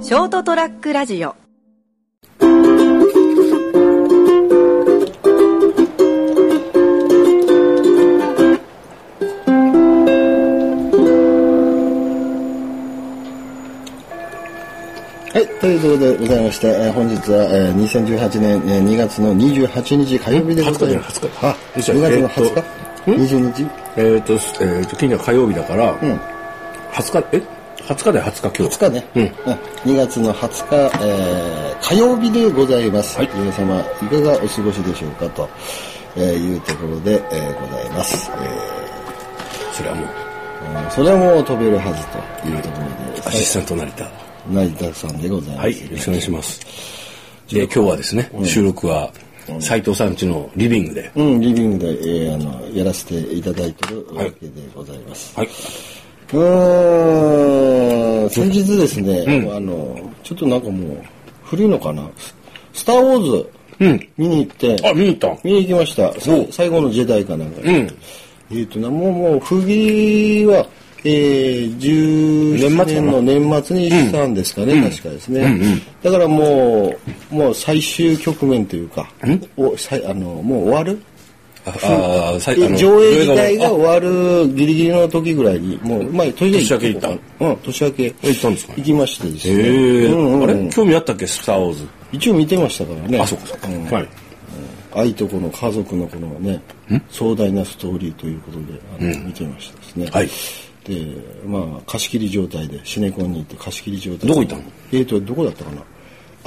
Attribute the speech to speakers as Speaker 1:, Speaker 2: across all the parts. Speaker 1: ショートトラックラジオ
Speaker 2: はい、ということでございまして、えー本日は、えー2018年、えー2月の28日火曜日でございます。
Speaker 3: 20日じゃない20日
Speaker 2: あ、2月の20日、
Speaker 3: えっと
Speaker 2: ?20 日
Speaker 3: えー、と、すえー、と、金曜火曜日だから、
Speaker 2: ん
Speaker 3: 20日、え ?20 日で20日今日。
Speaker 2: ?20 日ね。
Speaker 3: うん
Speaker 2: 2月の20日、えー火曜日でございます。
Speaker 3: はい
Speaker 2: 皆様、いかがお過ごしでしょうかと、えーいうところで、えーございます。え
Speaker 3: それはもう、
Speaker 2: ーうんそれはもう飛べるはずというとこ
Speaker 3: ア
Speaker 2: ろ
Speaker 3: シ
Speaker 2: で、
Speaker 3: スタント成田。
Speaker 2: 成田さんでございます。
Speaker 3: はい、よろしくお願いします。で、今日はですね、収録は、斎藤さん家のリビングで。
Speaker 2: うん、リビングで、えーあの、やらせていただいてるわけでございます。
Speaker 3: はい。
Speaker 2: うーん、先日ですね、あの、ちょっとなんかもう、古いのかな、ススター・ウォーズ、
Speaker 3: うん。
Speaker 2: 見に行って、
Speaker 3: あ、見に行った
Speaker 2: 見に行きました。さい最後のジェダイかなんか。うんえーとな、もう、もう、不義は、えー、17
Speaker 3: 年末か
Speaker 2: 年
Speaker 3: な
Speaker 2: の年末にしたんですかね、確かですね、だからもう、もう最終局面というか、おさいあのもう終わる
Speaker 3: ああー、斎
Speaker 2: で上映時代が
Speaker 3: あ
Speaker 2: 終わるギリギリの時ぐらいに、もう、まあ、年
Speaker 3: 年明け行っ
Speaker 2: うん、年明け。
Speaker 3: 行ったんですか
Speaker 2: 行きましてです
Speaker 3: へ
Speaker 2: ね。
Speaker 3: え
Speaker 2: うんうん
Speaker 3: あ
Speaker 2: うん
Speaker 3: れ興味あったっけスター・ウォーズ。
Speaker 2: 一応見てましたからね。
Speaker 3: あ、そうかそうか。
Speaker 2: ん
Speaker 3: はい。
Speaker 2: 愛とこの家族のこのね、壮大なストーリーということで、あの見てましたですね。
Speaker 3: はい
Speaker 2: で、まあ、貸し切り状態で、シネコンに行って貸し切り状態で
Speaker 3: どこ行ったの
Speaker 2: えっと、どこだったかな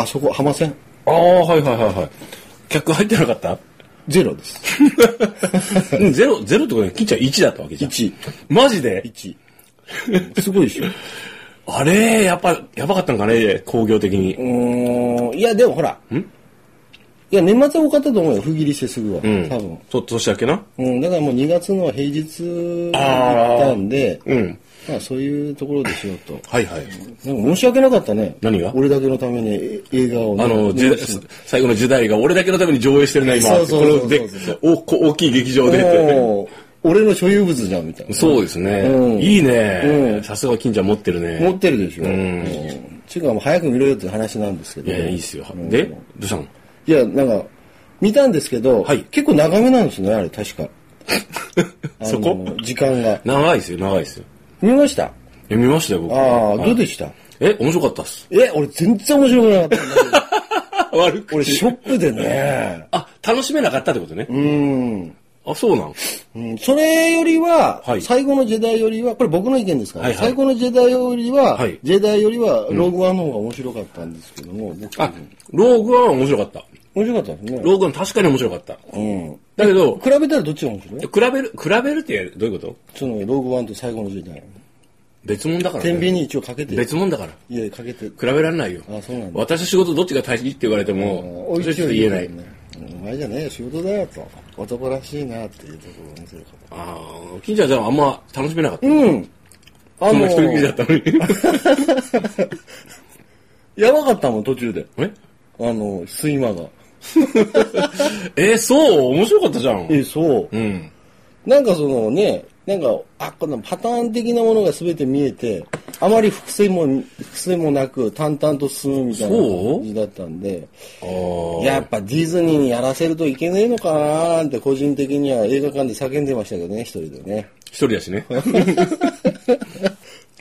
Speaker 2: あそこ、浜線
Speaker 3: ああ、はいはいはいはい。客入ってなかった
Speaker 2: ゼロです。
Speaker 3: うんゼロ、ゼロってことは、キッチャー1だったわけじゃん。
Speaker 2: 一
Speaker 3: マジで
Speaker 2: 1。うんすごいでしょ。
Speaker 3: あれやっぱ、やばかったんかね、工業的に。
Speaker 2: うーんいや、でもほら。いや、年末は多かったと思うよ。不義理してすぐは。
Speaker 3: うん。
Speaker 2: 多分。
Speaker 3: そ、年だっけな
Speaker 2: うん、だからもう2月の平日に行ったんで、
Speaker 3: うん。
Speaker 2: まあそういうところでしようと。
Speaker 3: はいはい。
Speaker 2: なんか申し訳なかったね。
Speaker 3: 何が
Speaker 2: 俺だけのためにえ映画をね、
Speaker 3: あの、
Speaker 2: 見
Speaker 3: 時
Speaker 2: ま
Speaker 3: 代
Speaker 2: した
Speaker 3: 最後の時代が俺だけのために上映してるな、今。
Speaker 2: そうそうそうそう
Speaker 3: このでおこ大きい劇場でって。
Speaker 2: もう俺の所有物じゃん、みたいな。
Speaker 3: そうですね。
Speaker 2: うん
Speaker 3: いいうね
Speaker 2: ん。
Speaker 3: さすが金ちゃん持ってる
Speaker 2: 持っ
Speaker 3: ね。
Speaker 2: てるでしょ。
Speaker 3: うん
Speaker 2: ん。ちゅうかもう早く見ろよっていう話なんですけ
Speaker 3: い
Speaker 2: ど。
Speaker 3: やいや、いいっすよ
Speaker 2: う。ん
Speaker 3: で、どうしたの
Speaker 2: いや、なんか、見たんですけど、
Speaker 3: はい
Speaker 2: 結構長めなんですね、あれ、確か。あの
Speaker 3: そこ
Speaker 2: 時間が。
Speaker 3: 長いっすよ、長いっすよ。
Speaker 2: 見ました
Speaker 3: え、見ましたよ、僕。
Speaker 2: ああ、
Speaker 3: はい
Speaker 2: どうでした
Speaker 3: え、面白かった っす。
Speaker 2: え、俺全然面白くなかった んだけど。
Speaker 3: 悪く
Speaker 2: 俺ショックでね。
Speaker 3: あ、楽しめなかったってことね。
Speaker 2: うん。
Speaker 3: あ、そうなん。
Speaker 2: うんそれよりは、
Speaker 3: はい
Speaker 2: 最後のジェダイよりは、これ僕の意見ですから、
Speaker 3: はいはい
Speaker 2: 最後のジェダイよりは、
Speaker 3: はい
Speaker 2: ジェダイよりは、ローグワンの方が面白かったんですけども、僕
Speaker 3: あ、ローグワンは面白かった。
Speaker 2: 面白かったですね。
Speaker 3: ローグワン確かに面白かった。
Speaker 2: うん。
Speaker 3: だけど、
Speaker 2: 比べたらどっちが面白い
Speaker 3: 比べる、比べるってどういうこと
Speaker 2: そのローグワンと最後のジェダイ。
Speaker 3: 別物だから、ね。
Speaker 2: 天秤に一応かけて。
Speaker 3: 別物だから。
Speaker 2: いや、かけて。
Speaker 3: 比べられないよ。
Speaker 2: あそうなんだ
Speaker 3: 私の仕事どっちが大事って言われても、それちょっと言えない。
Speaker 2: うんお前じゃねえよ仕事だよと。男らしいなっていうところを見せること。
Speaker 3: ああ、金ちゃんじゃああんま楽しめなかった。
Speaker 2: うん。あ
Speaker 3: そん
Speaker 2: の
Speaker 3: な一人きりだったのに。
Speaker 2: やばかったもん、途中で。
Speaker 3: え
Speaker 2: あの、睡魔が。
Speaker 3: えーそう面白かったじゃん。
Speaker 2: え、そう。
Speaker 3: うん。
Speaker 2: なんかそのね、なんか、あ、このパターン的なものが全て見えて、あまり伏線も、伏線もなく、淡々と進むみたいな
Speaker 3: そう
Speaker 2: 感じだったんで、
Speaker 3: ああ。
Speaker 2: やっぱディズニーにやらせるといけねえのかなーって、個人的には映画館で叫んでましたけどね、一人でね。
Speaker 3: 一人だしね。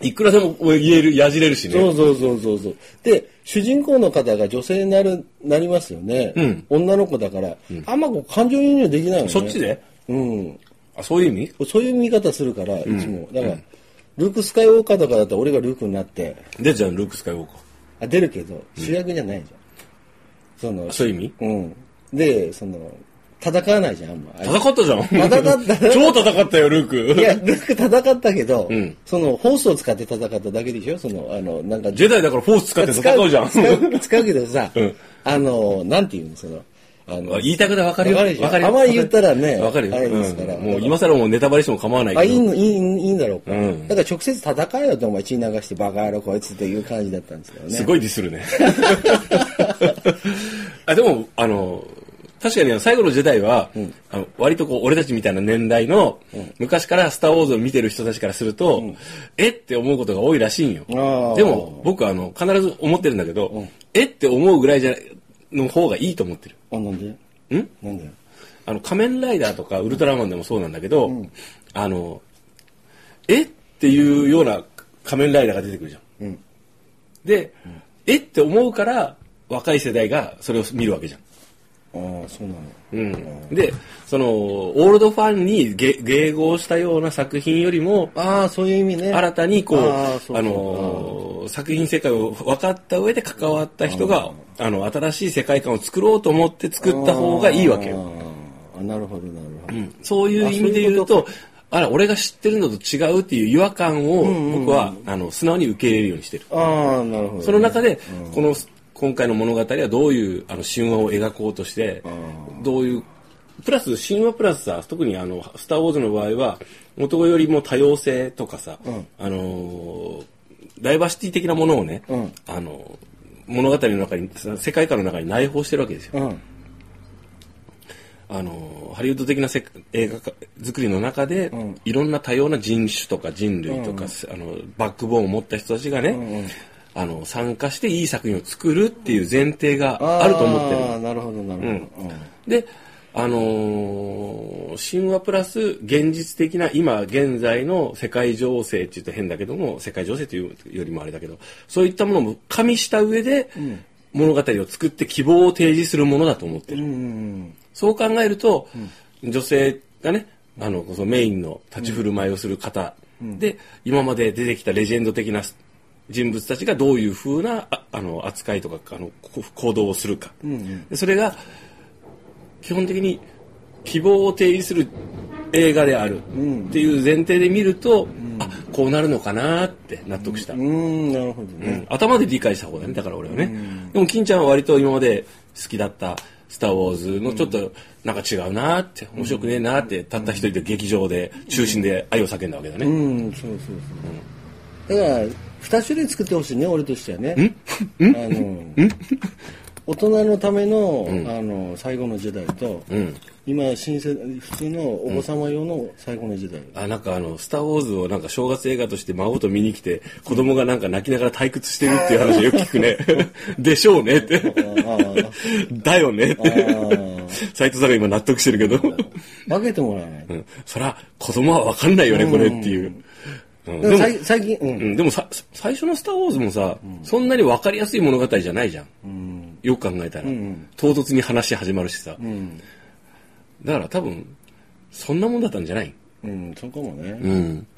Speaker 3: いくらでも言える、やじれるし
Speaker 2: そ
Speaker 3: ね。
Speaker 2: うそうそうそうそう。で、主人公の方が女性になる、なりますよね。
Speaker 3: うん
Speaker 2: 女の子だから、あんまこう感情移入できないよね。
Speaker 3: そっちで
Speaker 2: うん。
Speaker 3: あ、そういう意味
Speaker 2: そういう見方するから、いつも。だから、ルーク・スカイウォーカーとかだったら俺がルークになって、
Speaker 3: で、じゃあルークスカイウォーカー。
Speaker 2: あ出るけど主役じゃないじゃん、
Speaker 3: あ
Speaker 2: そ
Speaker 3: そういう意味
Speaker 2: のうんでその戦わないじゃんあんまあいつ
Speaker 3: 戦ったじゃん。
Speaker 2: 戦った
Speaker 3: 超戦ったよ、ルーク。
Speaker 2: いやルーク戦ったけど、
Speaker 3: ん
Speaker 2: そのホースを使って戦っただけでしょそのあのなんか
Speaker 3: ジェダイだからフォース使って戦うじゃん。
Speaker 2: 使う使うけどさ、
Speaker 3: うん
Speaker 2: あのなんていうのそのあの
Speaker 3: あ 言いたくない分かるよ。
Speaker 2: わかるでしょ
Speaker 3: わかるよ
Speaker 2: あまり言ったらね
Speaker 3: わかるよ。
Speaker 2: あれ
Speaker 3: う
Speaker 2: ですから
Speaker 3: んもう今更もうネタバレしても構わない
Speaker 2: あ
Speaker 3: け
Speaker 2: いい
Speaker 3: ど。
Speaker 2: のいいいいいいんだろうか、
Speaker 3: うん
Speaker 2: だから直接戦えよとお前血流してバカ野郎こいつっていう感じ だったんですけどね
Speaker 3: すごいディスるね。あ、でも、あの、確かにあの最後の時代は、あの割とこう俺たちみたいな年代の、昔から「スター・ウォーズ」を見てる人たちからすると、えって思うことが多いらしいんよ
Speaker 2: あー
Speaker 3: でも僕はあの必ず思ってるんだけど、えって思うぐらいじゃの方がいいと思ってる
Speaker 2: あ、なんで
Speaker 3: ん
Speaker 2: なんで
Speaker 3: あの仮面ライダーとかウルトラマンでもそうなんだけど、あのえっていうような仮面ライダーが出てくるじゃん。
Speaker 2: うん
Speaker 3: で、えって思うから若い世代がそれを見るわけじゃん。
Speaker 2: ああ、そうなの。
Speaker 3: うん、でそのオールドファンにげ迎合したような作品よりも
Speaker 2: ああ、そういう意味ね。
Speaker 3: 新たにこう
Speaker 2: あ
Speaker 3: あ
Speaker 2: ーそうそう
Speaker 3: のー作品世界を分かった上で関わった人があの新しい世界観を作ろうと思って作った方がいいわけよ。
Speaker 2: あー。あなるほど、なるほど。
Speaker 3: そういう意味で言うと、あら、俺が知ってるのと違うっていう違和感を僕は、あの素直に受け入れるようにしてる。
Speaker 2: ああ、なるほど。
Speaker 3: その中で、この今回の物語はどういうあの神話を描こうとして、どういう、プラス神話プラスさ、特にあの、スター・ウォーズの場合は、元よりも多様性とかさ、あのーダイバーシティ的なものをね、
Speaker 2: ん
Speaker 3: あの、物語の中に、世界観の中に内包してるわけですよ。
Speaker 2: うん。
Speaker 3: あのハリウッド的なせ映画か作りの中で、いろんな多様な人種とか人類とか、あのバックボーンを持った人たちがね、あの参加していい作品を作るっていう前提があると思ってる
Speaker 2: ああ、なるほど、なるほど。うん
Speaker 3: で、あのー神話プラス現実的な今現在の世界情勢って言うと変だけども世界情勢というよりもあれだけどそういったものも加味した上で、物語を作って希望を提示するものだと思ってる。そう考えると、女性がねあのそのメインの立ち振る舞いをする方、で今まで出てきたレジェンド的な人物たちがどういうふうなああの扱いとかあのこ行動をするか、でそれが基本的に希望を提示する映画であるっていう前提で見ると、あこうなるのかなって納得した、
Speaker 2: うーん、なるほどね。
Speaker 3: 頭で理解した方だねだから俺はね、でも金ちゃんは割と今まで好きだった「スター・ウォーズ」のちょっとなんか違うなーって面白くねえなーってたった一人で劇場で中心で愛を叫んだわけだね、
Speaker 2: うん、そうそうそう。だから、二種類作ってほしいね、俺としてはね。あの、大人のための、あの、最後の時代と、今、新世代、普通のお子様用の最後の時代。
Speaker 3: あなんかあの「スター・ウォーズ」をなんか正月映画として孫と見に来て子供がなんか泣きながら退屈してるっていう話をよく聞くね でしょうねってだよねって 斎藤さんが今納得してるけど、
Speaker 2: 分けてもらわない。
Speaker 3: うん、そら子供は分かんないよねこれっていう、うん
Speaker 2: だからさい最近、う。
Speaker 3: うんん、でもさ最初の「スター・ウォーズ」もさ、そんなに分かりやすい物語じゃないじゃん、よく考えたら、唐突に話始まるしさ、だから多分そんなもんだったんじゃない、
Speaker 2: うん、そこも
Speaker 3: う
Speaker 2: ね。
Speaker 3: ん、
Speaker 2: だか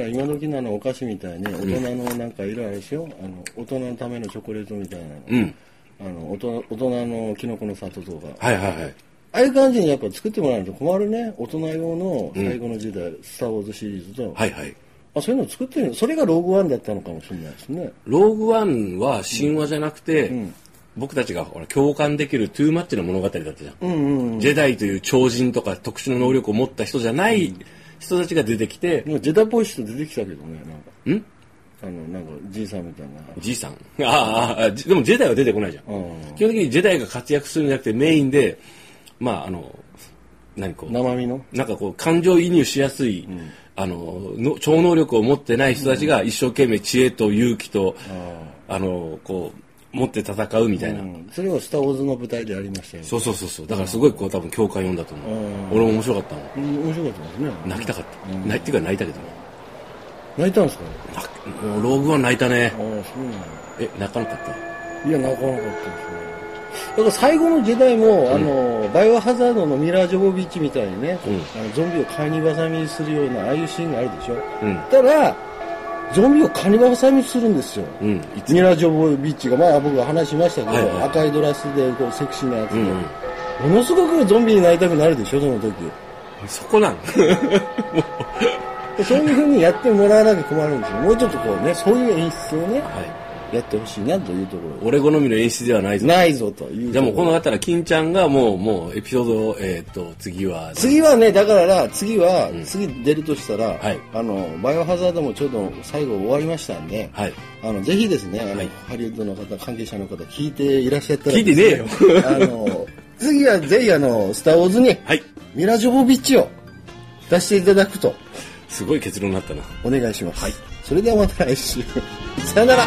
Speaker 2: ら今時のあのお菓子みたいに、大人のなんか色あれでしょあの、大人のためのチョコレートみたいなの。
Speaker 3: うん、
Speaker 2: あの、大人大人のキノコの里とか。
Speaker 3: はいはいはい
Speaker 2: ああいう感じにやっぱ作ってもらうと困るね。大人用の最後の時代、スター・ウォーズシリーズと。
Speaker 3: はいはい
Speaker 2: あ、そういうの作ってるそれがローグワンだったのかもしれないですね。
Speaker 3: ローグワンは神話じゃなくて、僕たちがほら共感できるトゥーマッチの物語だったじゃん,、ジェダイという超人とか特殊な能力を持った人じゃない人たちが出てきて、
Speaker 2: なんかジェダっぽい人出てきたけどね、なんか。あ
Speaker 3: ん
Speaker 2: の、なんか、じいさんみたいな。
Speaker 3: じいさんああああじでもジェダイは出てこないじゃん、
Speaker 2: うん。
Speaker 3: 基本的にジェダイが活躍するんじゃなくてメインでまああの何こう
Speaker 2: 生身の。
Speaker 3: なんかこう感情移入しやすい、あのの超能力を持ってない人たちが一生懸命知恵と勇気と、あのこう持って戦うみたいな、
Speaker 2: うん。それをスター・ウォーズの舞台でやりましたよ。
Speaker 3: そうそうそうそうだからすごいこう多分共感読んだと思う、
Speaker 2: うん
Speaker 3: 俺も面白かったもん
Speaker 2: うん。面白かったですね。
Speaker 3: 泣きたかった、泣いっていうか泣いたけどね
Speaker 2: 泣いたんですか
Speaker 3: 泣くもうローグは泣いたね
Speaker 2: ああ、そうなんだ
Speaker 3: え泣かなかった
Speaker 2: いや、泣かなかったですね。だから最後の時代も、あの、バイオハザードのミラージョボビッチみたいにね、
Speaker 3: うん
Speaker 2: あのゾンビをカニバサミにするような、ああいうシーンがあるでしょ。
Speaker 3: うん
Speaker 2: たら、ゾンビをカニバサミにするんですよ。
Speaker 3: うんいつ
Speaker 2: ミラージョボビッチが、まあ僕が話しましたけど、
Speaker 3: はいはい
Speaker 2: 赤いドラスでこうセクシーなやつ
Speaker 3: う
Speaker 2: で、
Speaker 3: んうん
Speaker 2: ものすごくゾンビになりたくなるでしょ、その時。
Speaker 3: そこなん
Speaker 2: でそういう風にやってもらわなきゃ困るんですよ。もうちょっとこうね、そういう演出をね、
Speaker 3: はい
Speaker 2: やってほしいなというところ。
Speaker 3: 俺好みの演出ではないぞ
Speaker 2: ないぞというところ。
Speaker 3: じゃあもうこのあたら金ちゃんがもうもうエピソードえっ、と次は
Speaker 2: 次はねだから次は、次出るとしたら、
Speaker 3: はい
Speaker 2: あのバイオハザードもちょうど最後終わりましたんで、
Speaker 3: はい
Speaker 2: あのぜひですねあの、
Speaker 3: はい
Speaker 2: ハリウッドの方関係者の方聞いていらっしゃったら
Speaker 3: 聞いてねえよ
Speaker 2: あの次はぜひあの、スター・ウォーズに、
Speaker 3: はい。
Speaker 2: ミラ・ジョボビッチを出していただくと
Speaker 3: すごい結論になったな。
Speaker 2: お願いします。それではまた来週。さよなら。